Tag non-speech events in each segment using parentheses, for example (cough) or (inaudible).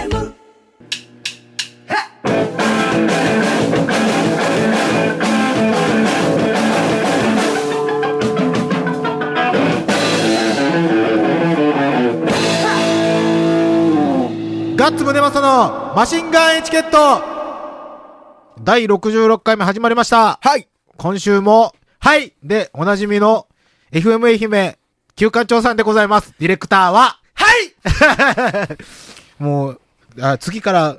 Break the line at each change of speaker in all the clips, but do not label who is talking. J-O-E-U-F-M
ガッツムネマソのマシンガンエチケット第66回目始まりました
はい。
今週も、はいで、おなじみの FM 愛媛休館長さんでございます。ディレクターは、
は
(laughs)
い
もう、あ次から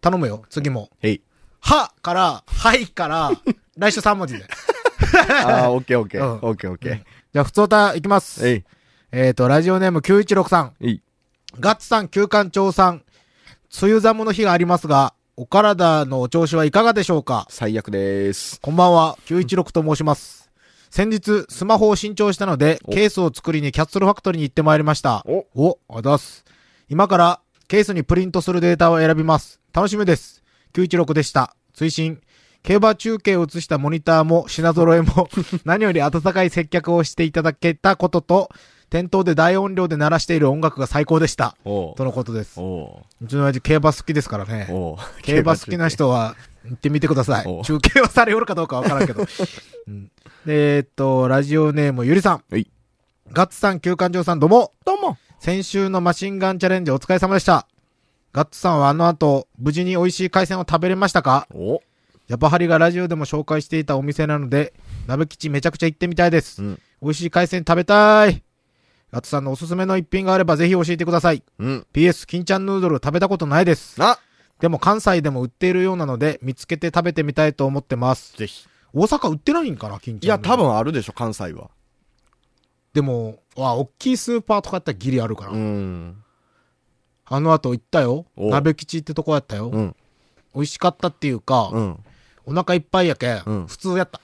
頼むよ、次も。
えい。
はから、はいから、来週3文字で。
(laughs) あー、オッケーオッケ
う
ー。
ん
オッケーオッケー。
じゃあ、普通歌いきます。
えい。
えっ、と、ラジオネーム9163さん。
えい。
ガッツさん、休館長さん。梅雨寒の日がありますが、お体のお調子はいかがでしょうか
最悪でーす。
こんばんは、916と申します。先日、スマホを新調したので、
お
ケースを作りにキャッスルファクトリーに行ってまいりました。
お
お、あざっす。今から、ケースにプリントするデータを選びます。楽しみです。916でした。追伸。競馬中継を映したモニターも品揃え
(laughs)
も何より温かい接客をしていただけたことと、店頭で大音量で鳴らしている音楽が最高でした。
お
とのことです。
お
うちの親父競馬好きですからね。
おう (laughs)
競馬好きな。人は、行ってみてくださ
お
い。
う
中継はされおるかどうかわからんけ
(laughs)
ど。うんえーっと、ラジオネームゆりさん。
はい
ガッツさん、旧館長さん、どうも。
どうも。
先週のマシンガンチャレンジお疲れ様でした。ガッツさんはあの後、無事に美味しい海鮮を食べれましたか
お
ヤバハリがラジオでも紹介していたお店なので、鍋吉めちゃくちゃ行ってみたいです。
うん
美味しい海鮮食べたい。ガッツさんのおすすめの一品があればぜひ教えてください。
うん。
PS、金ちゃんヌードル食べたことないです。
あ
でも関西でも売っているようなので、見つけて食べてみたいと思ってます。
ぜひ。
大阪売ってないんかな、金ち
い
ゃ
や、
ん。
多。分あるでしょ、関西は。
でも、わ、大きいスーパーとかやったらギリあるから。
うん。
あの後行ったよ。
お
鍋吉ってとこやったよ。
うん。
美味しかったっていうか、
うん。
お腹いっぱいやけ、
うん
普通やった。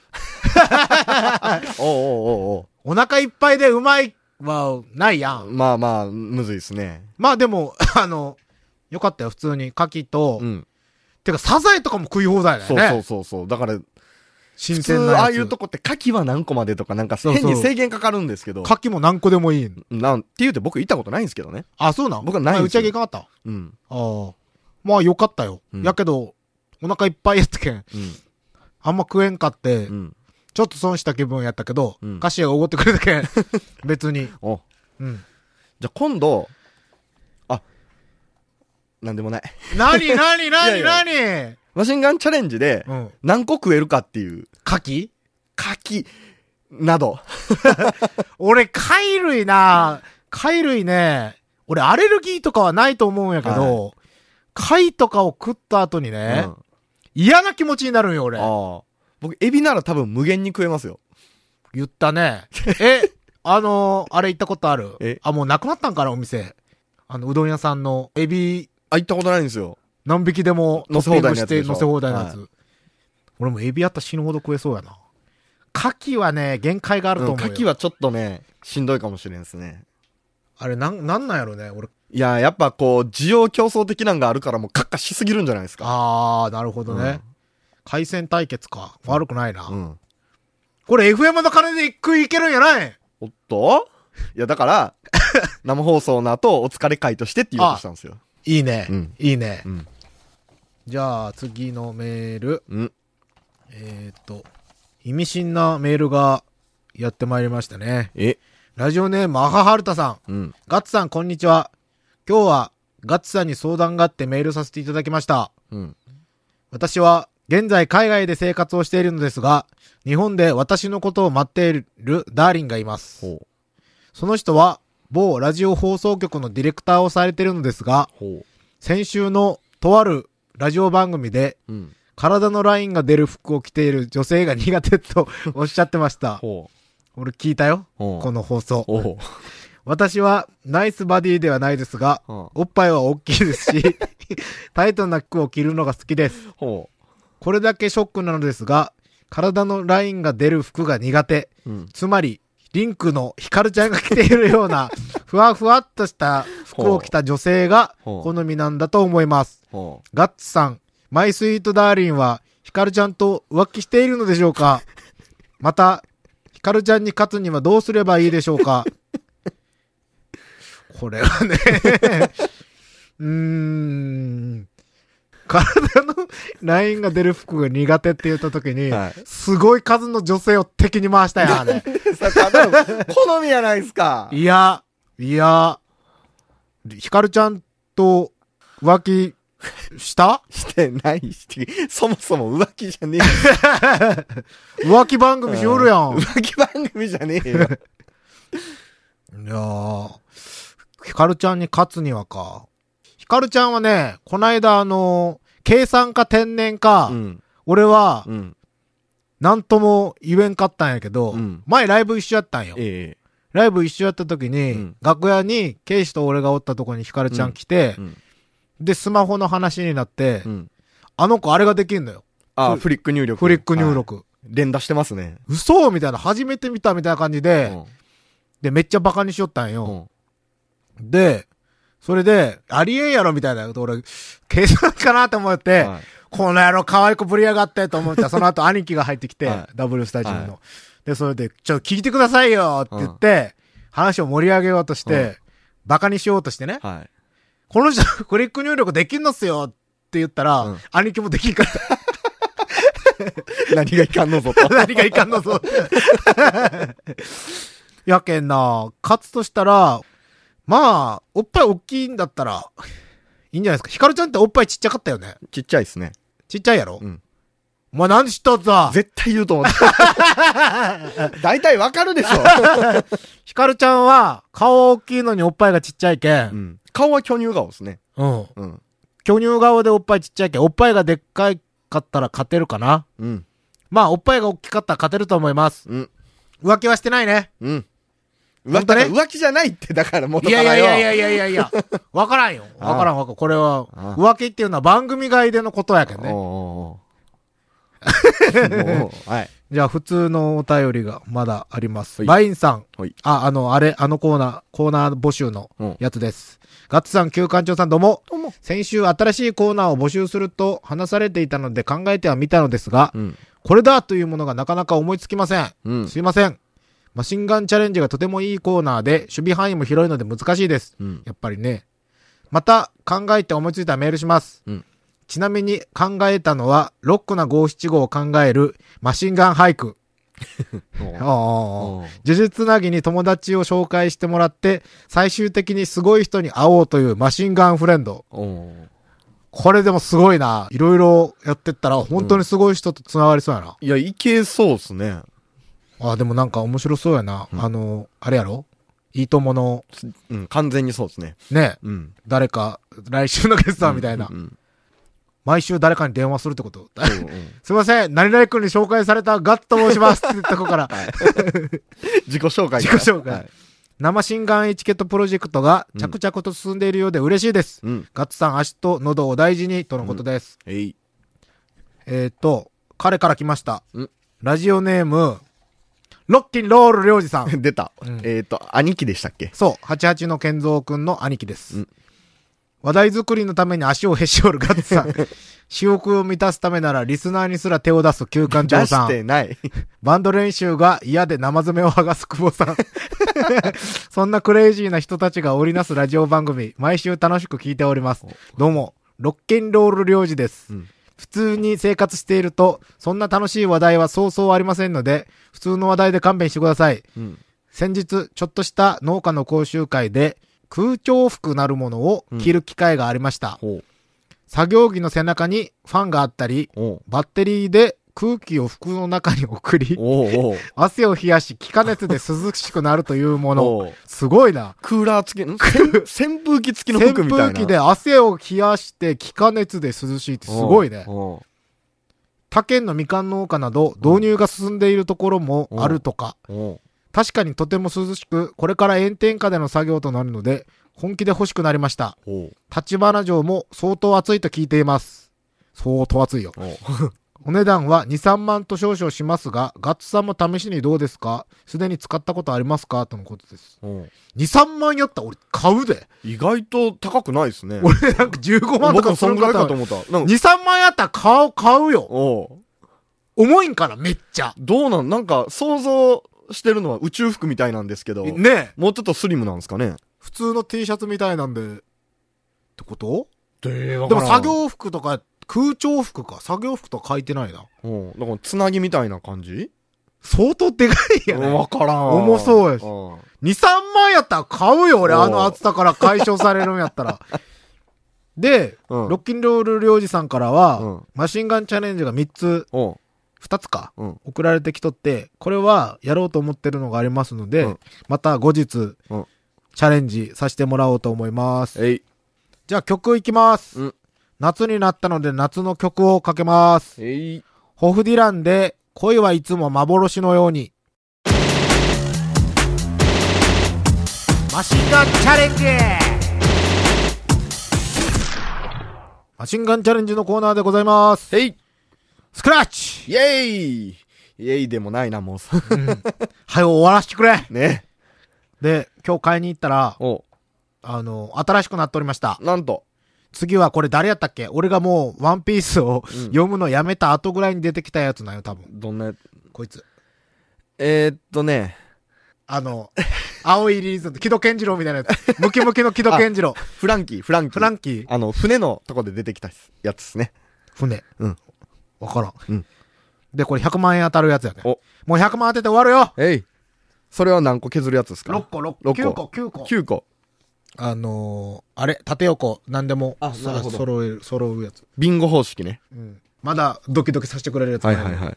おうおうおう
お腹いっぱいでうまいはないや
お
ん。
うまあまあ、むずいですね。
まあでも、 (laughs) あの、よかったよ、普通に。牡蠣と、
うん。
てかサザエとかも食い放題だよ
そう
ね。
そうそうそう。だから、
新
普
鮮
通
なやつ。
ああいうとこって牡蠣は何個までとかなんか
そうそう
変に制限かかるんですけど。
牡蠣も何個でもいい。
なんて言うて僕行ったことないんですけどね。
あ、そうなん
僕はない
あ
ん
打
で
ち
すよ
上げいかなかった
うん。
ああ。まあよかったよ。
うん
やけど、お腹いっぱいやったけん。
うん。
あんま食えんかって、
うん。
ちょっと損した気分やったけど、
うん
菓子がおごってくれたけん。
(laughs)
別に。
お
うん。
じゃあ今度、あ、なんでもない。
なになになに
い
な
や
に
マシンガンチャレンジで
うん。
何個食えるかっていう、
牡蠣
柿など。
俺、貝類な、貝類ね、俺アレルギーとかはないと思うんやけど、貝とかを食った後に
うん
ね、嫌な気持ちになるんよ、俺。
ああ僕、エビなら多分無限に食えますよ。
言ったね。 (laughs) え、あのーあれ行ったことある
え
あ、もうなくなったんかな、お店。あの、うどん屋さんの、エビ、
あ、行ったことないんですよ。
何匹でもトッピングして乗
乗
せ
せ
放
放
題
題
の
の
やつ。
やつ
俺もエビやったら死ぬほど食えそうやな。牡蠣はね、限界があると思うよ。
牡蠣はちょっとね、しんどいかもしれんですね。
あれ、なん、なんなんやろね、俺。
いや、やっぱこう、需要競争的なんがあるからもう、カッカしすぎるんじゃないですか。
あー、なるほどね。
うん
海鮮対決か。悪くないな。
うん。
これ FM の金で一食いいけるんやない
おっといや、だから、 (laughs) 生放送の後、お疲れ会としてって言おうとしたんですよ。
いいね。
うん
いいね。
うん。
じゃあ、次のメール。
うん。
えーっと、意味深なメールがやってまいりましたね。
え、
ラジオネーム、アハハルタさん。
うん。
ガッツさん、こんにちは。今日は、ガッツさんに相談があってメールさせていただきました。
うん。
私は、現在海外で生活をしているのですが、日本で私のことを待っているダーリンがいます。
ほう。
その人は、某ラジオ放送局のディレクターをされているのですが、
ほ
先週のとあるラジオ番組で、
う。うん。
体のラインが出る服を着ている女性が苦手とおっしゃってました。
ほう。
俺聞いたよ。
ほう
この放送。
おう。
私はナイスバディではないですが、
うん
おっぱいは大きいですし、 (laughs) タイトな服を着るのが好きです。
ほ
これだけショックなのですが、体のラインが出る服が苦手。
う。うん。
つまり、リンクのヒカルちゃんが着ているような、ふわふわっとした服を着た女性が
ほう
好みなんだと思います。
ほう。
ガッツさん、マイスイートダーリンは、ヒカルちゃんと浮気しているのでしょうかまた、ヒカルちゃんに勝つにはどうすればいいでしょうかここれはね。 (laughs) うーん。体のラインが出る服が苦手って言った時に、
はい
すごい数の女性を敵に回したやん、
(laughs)
あれ。
さあ多分好みやないですか。
いや、いや、ひかるちゃんと浮気した
してないし、そもそも浮気じゃねえ
浮気番組しよるやん。い
浮気番組じゃねえよ。
やー、ひかるちゃんに勝つにはか。ひかるちゃんはね、こないだあの計算か天然か、
ん。
俺は、
うん。
なんとも言えんかったんやけど、
うん
前ライブ一緒やったんよ。
え
ライブ一緒やった時に、
うん
楽屋に、ケイシと俺がおったとこにひかるちゃん来て、
え。うん。
で、スマホの話になって、
うん。
あの子あれができんのよ。
あ、
フ
フリック入力。
フリック入
はい。
力。
連打してますね。
嘘みたいな、初めて見たみたいな感じ
う
で、
ん。
で、めっちゃバカにしよったん
う
よ。
ん
で、それで、ありえんやろみたいなこと俺、計算かなと思って、
はい
この野郎可愛い子ぶりやがってと思
(laughs)
ったら、その後兄貴が入ってきて、
は
ダブルスタジオの。
はい
で、それで、ちょ、聞いてくださいよって言って、話を盛り上げようとして、
うん
バカにしようとしてね、
はい。
この人、クリック入力できんのっすよって言ったら、
うん
兄貴もできんから、
何がいかんのぞ (laughs) と。
(laughs) 何がいかんのぞ。やけんな、勝つとしたら、まあ、おっぱい大きいんだったら、いいんじゃないですか。ヒカルちゃんっておっぱいちっちゃかったよね。
ちっちゃいっすね。
ちっちゃいやろ
うん
お前なんで知っとった
絶対言うと思った。 (laughs) 大体わかるでしょ。
ヒカルちゃんは、顔大きいのにおっぱいがちっちゃいけ。
(laughs) うんん。顔は巨乳顔ですね。
うん。
うん。
巨乳顔でおっぱいちっちゃいけん。おっぱいがでっかいかったら勝てるかな
うん。
まあ、おっぱいが大きかったら勝てると思います。
うん。
浮気はしてないね。
うん。
本当ね
浮気浮気じゃないって、だから元
い
か
や
ら
い
よ。
やいやいやいやいやいや。わからんよ。
ああ
わからんわからん。これは、
ああ
浮気っていうのは番組外でのことやけんね。
おうおうおうもうはい。
じゃあ、普通のお便りがまだあります。
はい
バインさん。
はい
あ、あの、あれ、あのコーナー、コーナー募集の
うん
やつです。ガッツさん、旧館長さん、どうも。
どうも。
先週、新しいコーナーを募集すると話されていたので考えてはみたのですが、
うん。
これだというものがなかなか思いつきません。
うん。
すいません。マシンガンチャレンジがとてもいいコーナーで、守備範囲も広いので難しいです。
うん
やっぱりね。また、考えて思いついたらメールします。
うん
ちなみに、考えたのは、ロックな五七五を考える、マシンガン俳句。ああ
おう
呪術つなぎに友達を紹介してもらって、最終的にすごい人に会おうというマシンガンフレンド。
おう
これでもすごいな。いろいろやってったら、本当にすごい人と繋がりそうやな。
いや、いけそうっすね。
あ、でもなんか面白そうやな。
うん
あの、あれやろいいともの、
うん、完全にそうですね。
ね、
うん。
誰か、来週のゲストはみたいな。
うん。
毎週誰かに電話するってこと。
うんうんうん
すいません、何々君に紹介されたガッツと申し
(laughs)
ますってとこから、
自己紹介
自己紹介
はい
生心眼エチケットプロジェクトが
うん
着々と進んでいるようで嬉しいです。
うん。
ガッツさん、足と喉をお大事に、とのことです。
えい。 (laughs)
えっ、と、彼から来ました。
うん
ラジオネーム、ロッキンロールりょうじさん。
出た
うん。
えっと、兄貴でしたっけ
そう、88の健三くんの兄貴です。
うん
話題作りのために足をへし折るガッツさん。
(laughs)
私欲を満たすためならリスナーにすら手を出す休館
出
長さ
し
ん。
てない。
バンド練習が嫌で生爪を剥がす久保さん。 (laughs) そんなクレイジーな人たちが織りなすラジオ番組、毎週楽しく聞いております。どうも、ロッケンロール領事です。
うん
普通に生活していると、そんな楽しい話題はそうそうありませんので、普通の話題で勘弁してください。
うん。
先日、ちょっとした農家の講習会で、空調服なるものを着る機会がありました。
ほう。
作業着の背中にファンがあったり、
おう。
バッテリーで空気を服の中に送り、
おうおう。
汗を冷やし、気化熱で涼しくなるというもの。
おう
すごいな。
クーラー付き、んせん扇風機付きの服
扇
みたいな。
風機で汗を冷やして、気化熱で涼しいってすごいね。
おう。
他県のみかん農家など、導入が進んでいるところもあるとか、
おうおう。
確かにとても涼しく、これから炎天下での作業となるので、本気で欲しくなりました。
おう。
立花城も相当暑いと聞いています。相当暑いよ。
おう。
お値段は2、3万と少々しますが、ガッツさんも試しにどうですかすでに使ったことありますかとのことです。
おう
2、3万やったら俺買うで。
意外と高くない (laughs) ですね。
俺 (laughs) なんか15万と
僕
か
も
す
そ
る
んぐらい
か
か
と
と
思う。
思った。なん
2、
か
3万やったら買う、買うよ。
おう。
重いんかなめっちゃ。
どうなんなんか想像してるのは宇宙服みたいなんですけど、
ねえ。
もうちょっとスリムなんですかね。
普通の T シャツみたいなんで、ってことで
で
も作業服とか、空調服か、作業服とか書いてないな。
うん。だから、つなぎみたいな感じ
相当でかい
い
やね。
わからん。
重そうやし
ん
2、3万やったら買うよ、俺。
おう
あの厚さから解消されるんやったら。で、
うん。
ロッキンロール領事さんから
う
は
ん、
マシンガンチャレンジが3つ、
うん。
2つか、
うん
送られてきとって、これはやろうと思ってるのがありますので、
うん
また後日、
うん
チャレンジさせてもらおうと思います。
えい。
じゃあ曲いきます。
うん
夏になったので夏の曲をかけます。
えい。
ホフディランで、恋はいつも幻のように。マシンガンチャレンジマシンガンチャレンジのコーナーでございます。
えい。
スクラッチ
イェイイェイでもないな、もう (laughs) さ。
はい、終わらせてくれ
ね。
で、今日買いに行ったら、
お
あの、新しくなっておりました。
なんと。次
次はこれ誰やったっけ俺がもう、ワンピースを
うん
読むのやめた後ぐらいに出てきたやつなんよ、多分。
どんなや、
こいつ。
えー、っとね、
あの、青いリリースの木戸健次郎みたいなやつ。ムキムキの木戸健次郎。
フランキー、フランキー。
フランキー
あの、船のとこで出てきたやつですね。
船。
うん。
わからん。
うん
で、これ100万円当たるやつやね。
お
もう100万当てて終わるよ
えい。それは何個削るやつですか
!6 個、6個。
六
9
個
個、9個。
9個。
あのー、あれ縦横、何でも、
あ
そ
なるほど
揃える、揃うやつ。
ビンゴ方式ね。
うん。まだドキドキさせてくれるやつね。
はい。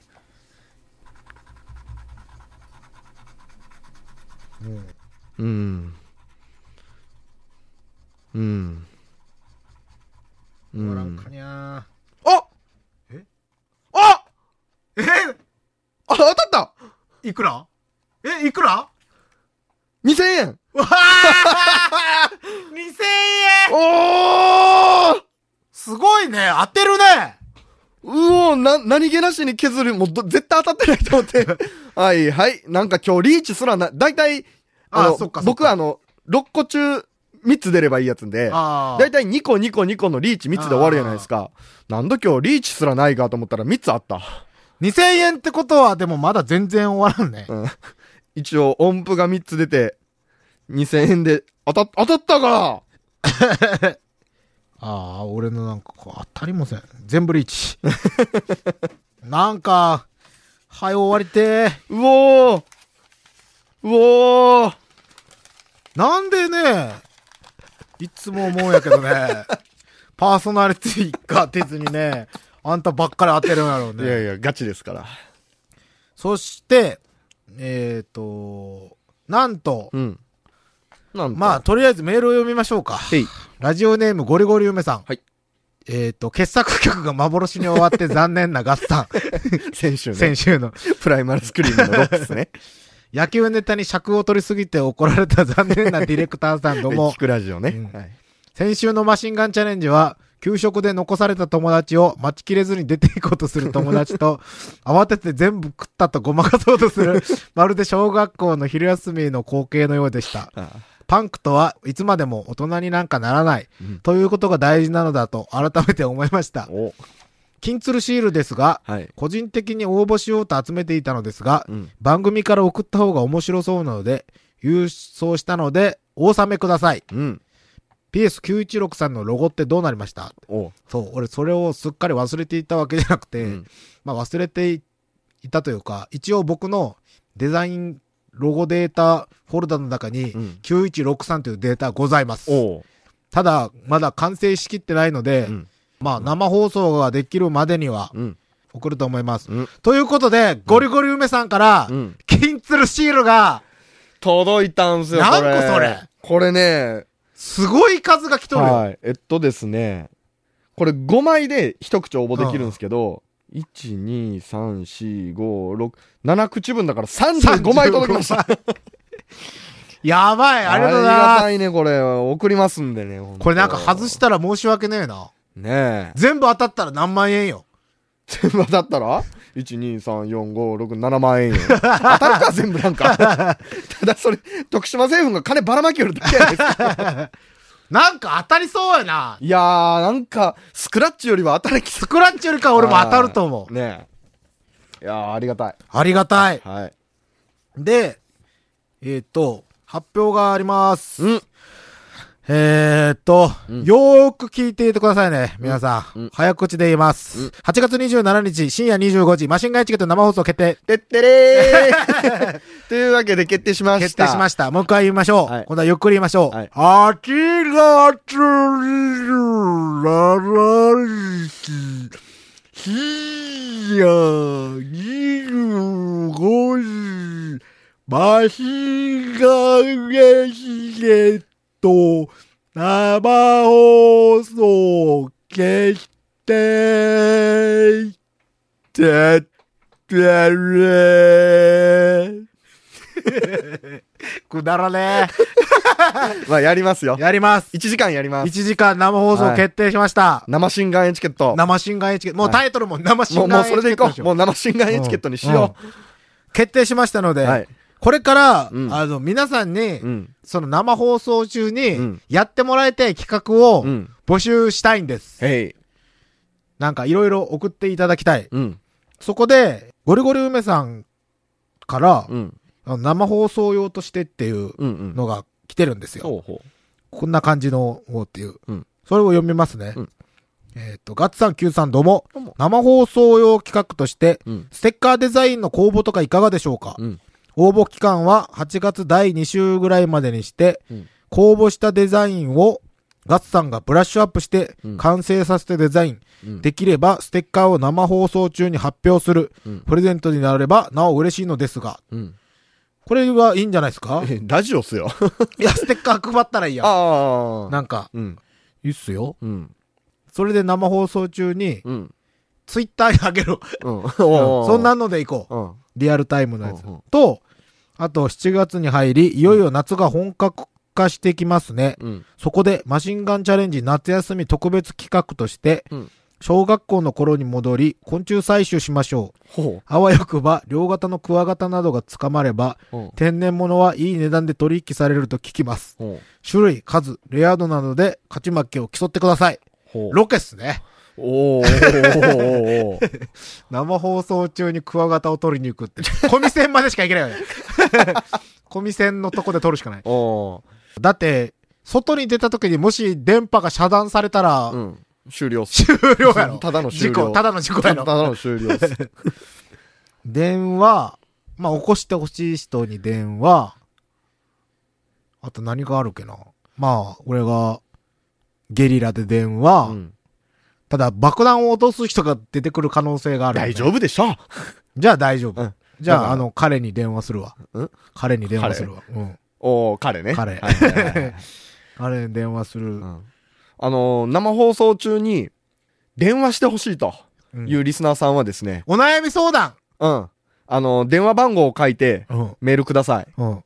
うん。うん。う
終わらん
ん。
かにゃ
あ
え
あ
ー。え
あ当たった
ーいくらえ、いくら
!2000 円
わ (laughs) あ !2000 円
おー
すごいね当てるね
うおな、何気なしに削る。もうど、絶対当たってないと思
(laughs)
って。はい、はい。なんか今日リーチすらな、だいたい、
あ
の、
そっかそっか
僕はあの、6個中3つ出ればいいやつんで、
あー
だいたい2個2個2個のリーチ3つで終わるじゃないですか。なんだ今日リーチすらないかと思ったら3つあった。
2000円ってことは、でもまだ全然終わらんね。
うん。一応音符が3つ出て、2000円で当たっ、当たったか
ああ、俺のなんかこう、当たりもせん。全部リー (laughs) チ。なんか、はい、終わりてー。
うおーうおー
なんでね、いつも思うんやけ
(laughs)
どね、パーソナリティが出ずにね、あんたばっかり当てるんやろうね。
いやいや、ガチですから。
そして、えっ、と、なんと、
うん。なん
まあ、とりあえずメールを読みましょうか。
あ、へい。
ラジオネームゴリゴリ梅さん。
はい
えっ、と、傑作曲が幻に終わって (laughs) 残念な合算。
先週ね。
先週の。
プライマルスクリームのロック
(laughs)
スね。
野球ネタに尺を取りすぎて怒られた残念なディレクターさんどうも
聞。くラジオね。
うん
はい。
先週のマシンガンチャレンジは、給食で残された友達を待ちきれずに出ていこうとする友達
(laughs)
と、慌てて全部食ったとごまかそうとする、まるで小学校の昼休みの光景のようでした。
あ
パンクとはいつまでも大人になんかならない、
うん
ということが大事なのだと改めて思いました。
お。
金鶴シールですが、
はい。
個人的に応募しようと集めていたのですが、
うん。
番組から送った方が面白そうなので、郵送したので、お納めください。
うん。
PS916 さんのロゴってどうなりました
お。
そう、俺それをすっかり忘れていたわけじゃなくて、
うん
まあ忘れていたというか、一応僕のデザインロゴデータフォルダの中に、
うん
9163というデータございます。
お。
ただ、まだ完成しきってないので、
うん。
まあ生放送ができるまでには
うん。
送ると思います。
うん
ということで、ゴリゴリ梅さんから、
うん。
金鶴シールが、
届いたんすよ、これ。
何個それ
これね、
すごい数が来とるよ。
はい。えっとですね、これ5枚で一口応募できるんですけど、1、2、3、4、5、6、7口分だから35枚届きました。
やばい、 (laughs) ありがとうござい
ありが
ま
たいね、これ。送りますんでね。ほ
す。
と
これなんか外したら申し訳ねえな。
ねえ。
全部当たったら何万円よ。
全部当たったら ?1,2,3,4,5,6,7 万円よ。当たるか、全部な
(laughs)
んか。ただそれ、徳島政府が金ばらまきよるだけやないですか。
なんか当たりそうやな。
いやー、なんか、スクラッチよりは当たりき
スクラッチよりか (laughs) 俺も当たると思う。
ねえ。いやー、ありがたい。
ありがたい。
はい。
で、えっ、と、発表があります。
うん。
えー、っと、
うん
よーく聞いていてくださいね、皆さん。
うん
早口で言います、
うん
8月27日深夜25時、マシンガンチケット生放送決定。
てって
(laughs)
れーというわけで決定しました。
決定しました。もう一回言いましょう。
はい
今度はゆっくり言いましょう。
はい
8月27日、深夜25時、マシンガンゲシゲット、生放送、決定、てってれー。くだらね
まあ、やりますよ
え。。やります。
1時間やりま
1
す。
時間生放送決定しました。
生新眼エチケット。
生新眼エチケット。もうタイトルも生
もう、
新
もう
眼
そ
エ
れ
チケッ
でい
ト
こ
でし
う。
ょ
もう生新眼エチケットにしよ
決定しましたの
う。
で、
はい。
これから、
うん
あの、皆さんに、
うん。
その生放送中
う
に
ん、
やってもらいたい企画を
うん。
募集したいんです。
へい。
なんかいろいろ送っていただきたい。
うん。
そこで、ゴリゴリ梅さんから
う、ん。
あの生放送用としてっていう
うん。うん。
のが来てるんですよ。
ほうほ
こんな感じの方っていう。
うん
それを読みますね。
うん
えっ、と、ガッツさん、キューさん、どうも
どうも。
生放送用企画として、
う。うん。
ステッカーデザインの公募とかいかがでしょうか、
うん。
応募期間は8月第2週ぐらいまでにして、
うん
公募したデザインをガッツさんがブラッシュアップして
うん
完成させてデザイン。
うん
できればステッカーを生放送中に発表する。
うん
プレゼントになればなお嬉しいのですが。
うん。
これはいいんじゃないです
(laughs)
か
えラジオっすよ。
いや、ステッカー配ったらいいや。
ああ。
なんか、
うん。
いいっすよ。
うん。
それで生放送中に、
うん。
ツイッターに上げろ。
うん。
そんなので行こう。
うん。
リアルタイムのやつ
うんうん。
と、あと7月に入り、いよいよ夏が本格化してきますね。
うん。
そこで、マシンガンチャレンジ夏休み特別企画として
うん、
小学校の頃に戻り、昆虫採集しましょう。
ほ
あわよくば、両型のクワガタなどが捕まれば、
う。うん。
天然物はいい値段で取引されると聞きます。
ほう。
種類、数、レア度などで勝ち負けを競ってください。
ほう。
ロケっすね。
おー。
生放送中にクワガタを取りに行く (laughs) って。コミセンまでしか行けないよね。 (laughs) コミセンのとこで取るしかない。
おー。
だって、外に出た時にもし電波が遮断されたら、
うん。終了っす。
終了やろ。
ただの終了
事故、ただの事故や
ただ
ろ。
の終了っす。
電話、まあ、起こしてほしい人に電話、あと何があるっけな。まあ、俺が、ゲリラで電話、
うん
ただ爆弾を落とす人が出てくる可能性があるよね、
大丈夫でしょ
じゃあ大丈夫。
うん
じゃ
だか
あ、
ら
あの、彼に電話するわ。
ん
彼に電話するわ。うん。
おー、彼ね。
彼
はいはいはいはい
(laughs) 彼に電話する
う。んあのー、生放送中に、電話してほしいと
うん
いうリスナーさんはですね、
お悩み相談
うん。あのー、電話番号を書いて、
うん。
メールください。
うん。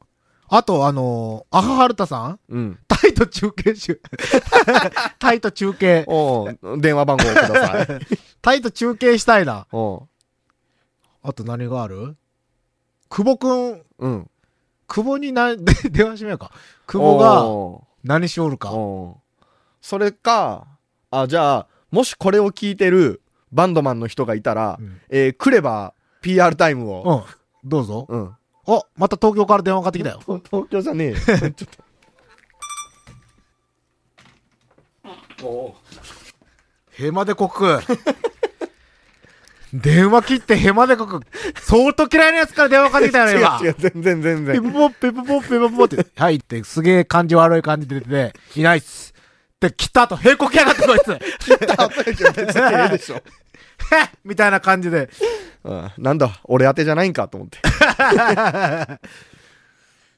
あと、あのー、アハハルタさん
うん。
タイと中継し、
(laughs)
タイと中継。
おー電話番号をください。
タイと中継したいな。
おー
あと何がある久保くん、
うん。
久保にな、で電話しめようか。久保が
お
何しおる
ー
か。
おーそれか、あ、じゃあ、もしこれを聞いてるバンドマンの人がいたら、
うん
えー、来れば PR タイム
う
を。
ん。どうぞ。
うん。
お、また東京から電話かかってきたよ。
東東京じゃねえよ。 (laughs) ちょっと。おー
ヘマでこく。 (laughs) 電話切ってヘマでこく。相当嫌いなやつから電話かかってきたよね、今。
違う違う、全然全 (laughs)
ピ
然。
ポポッ、ピポポッ、ピポポッって入って、すげえ感じ悪い感じで出てて、いないっす。で、切った後、へこきやがってこいつ。切った後、
ええでしょ。
へっみたいな感じで。
(laughs) うんなんだ、俺当てじゃないんかと思って。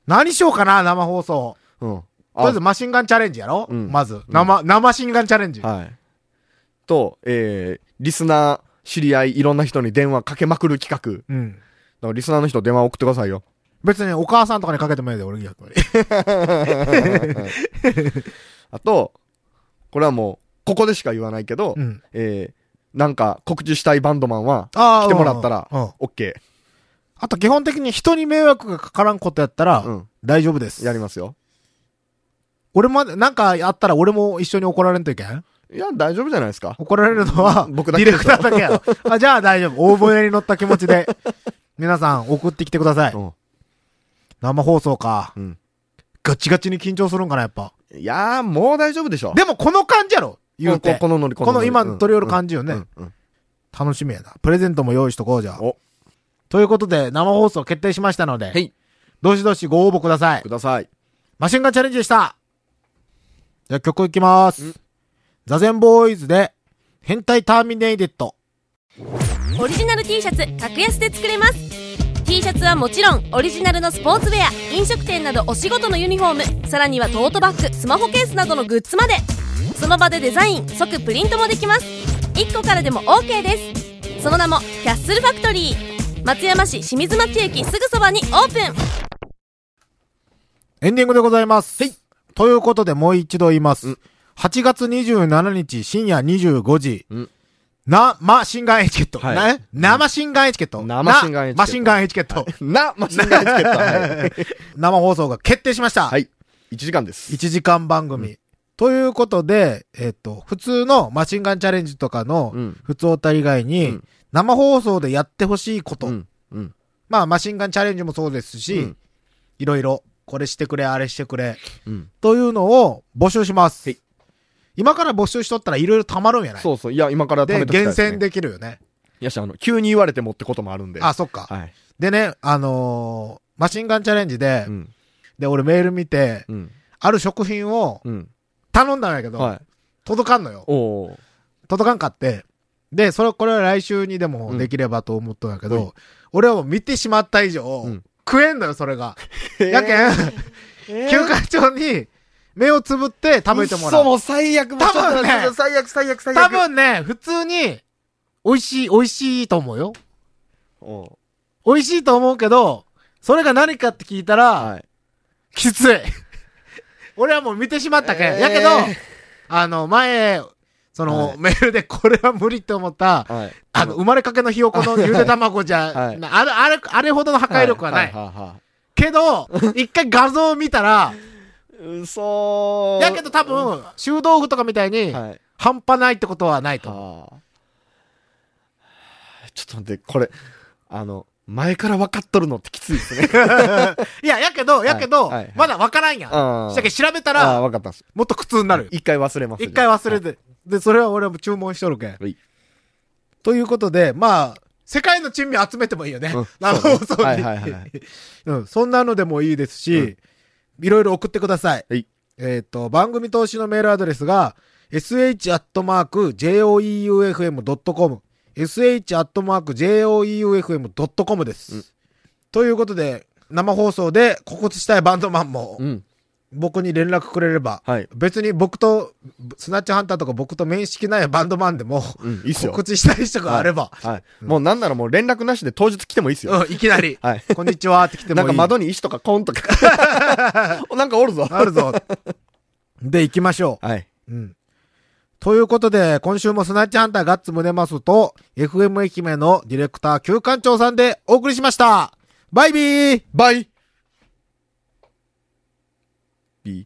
何しようかな、生放送。
うん。
とりあえずマシンガンチャレンジやろ
うん
まず。生、生シンガンチャレンジ。
はい。と、えー、リスナー、知り合い、いろんな人に電話かけまくる企画。だ
うん。
からリスナーの人電話送ってくださいよ。
別にお母さんとかにかけてもいいで、俺逆に。
あと、これはもう、ここでしか言わないけど、
うん。
えー、なんか告知したいバンドマンは、
あー
来てもらったら、
うんうん
OK。
あと基本的に人に迷惑がかからんことやったら、
うん
大丈夫です。
やりますよ。
俺まで、なんかあったら俺も一緒に怒られんといけん
いや、大丈夫じゃないですか。
怒られるのは、
僕だけ
デ
で
ィ
し
レ
ょ
クターだけやろ。あ、じゃあ大丈夫。大船に乗った気持ちで、皆さん送ってきてください。
うん
生放送か。
うん
ガチガチに緊張するんかな、やっぱ。
いやー、もう大丈夫でしょ。
でもこの感じやろ言うて
こ。このノリ、
この今取り寄る感じよ
じ
ね。楽しみやな。プレゼントも用意しとこうじゃ。
お
ということで、生放送決定しましたので、
はい
どしどしご応募ください
く。ださい。
マシンガンチャレンジでした。じゃあ曲いきます
ん。
ザゼンボーイズで、変態ターミネイデッド。
オリジナル T シャツ格安で作れます T シャツはもちろんオリジナルのスポーツウェア飲食店などお仕事のユニフォームさらにはトートバッグスマホケースなどのグッズまでその場でデザイン即プリントもできます1個からでも OK ですその名もキャッスルファクトリー松山市清水町駅すぐそばにオープン
エンディングでございます。はい。ということで、もう一度言います。
うん
8月27日深夜25時。
うん
な、ま、シンガンエチケット。
はい
な生シンガンエチケット。
生シンガンエチケット
なマシンガンエチケット。
な、マシンガンエチ
(laughs)
ケット。はい
生放送が決定しました。
はい。1時間です。
1時間番組。ということで、えっ、と、普通のマシンガンチャレンジとかの、
うん
普通おた以外に、
うん
生放送でやってほしいこと、
うん。うん。
まあ、マシンガンチャレンジもそうですし、
うん
いろいろ、これしてくれ、あれしてくれ、
うん。
というのを募集します。
はい
今から募集しとったらいろいろ溜まるんやない
そうそう。いや、今から食
で
べて
厳選。できるよね。
いやし、あの、急に言われてもってこともあるんで。
あ、そっか。
はい。
でね、あのーマシンガンチャレンジで、
うん。
で、俺メール見て、
うん。
ある食品を
うん。
頼んだんやけど、
はい。
届かんのよ。
おー
届かんかって、で、それ、これは来週にでもできればと思ったんやけど、
うん
俺はもう見てしまった以上、
うん
食えんのよ、それが。やけん、休暇中に目をつぶって食べてもら。
そうも最悪も
多分ね
ちょっと最悪、最悪、最
多
悪。
分ね、普通に、美味しい、美味しいと思うよ。
おー
美味しいと思うけど、それが何かって聞いたら、
はい。
きつい。 (laughs) 俺はもう見てしまったけん。
えー
やけど、あの、前、その、
はい
メールでこれは無理って思った、
はい。
あの、生まれかけのひよこのゆで卵じゃ、
(laughs) はい
なあれ、あれ、あれほどの破壊力はない。
はいは
けど、
(laughs)
一回画像を見たら、
いはい。うそー。
やけど多
は
分、修道具とかみたいに、
い。
半端ないってことはないと思う。
はあちょっと待って、これ、あの、前から分かっとるのってきついですね。
いや、やけど、やけど、
はいはい
まだわからんやん。
あ
したけど調べた
(laughs) あー、
ら、
分かったっす。
もっと苦痛になる。
一回忘れます。
一回忘れて。で、それは俺も注文しとるけん
はい。
ということで、まあ、世界の珍味集めてもいいよね (laughs)
うん。
生放送
はい
に
はいはいはい。
うん、そんなのでもいいです
う
し、いろいろ送ってください。
はい
えっと、番組投資のメールアドレスが、sh.joeufm.com、sh.joeufm.com です。
うん
ということで、生放送で告知したいバンドマンも
う、ん。
僕に連絡くれれば、
はい。
別に僕と、スナッチハンターとか僕と面識ないバンドマンでも、
うん、いいっすよ。
告知したい人があれば、
はい。もうなんならもう連絡なしで当日来てもいいっすよ。
うん、いきなり、
はい。
こんにちはって来ても
な
い。
いんか窓に石とかコンとか。
(laughs)
なんかおるぞ。
あるぞ。で、行きましょ
はい。
う。うん。ということで、今週もスナッチハンターガッツムネマスと、FM 愛媛のディレクター、旧館長さんでお送りしました。バイビー
バイビー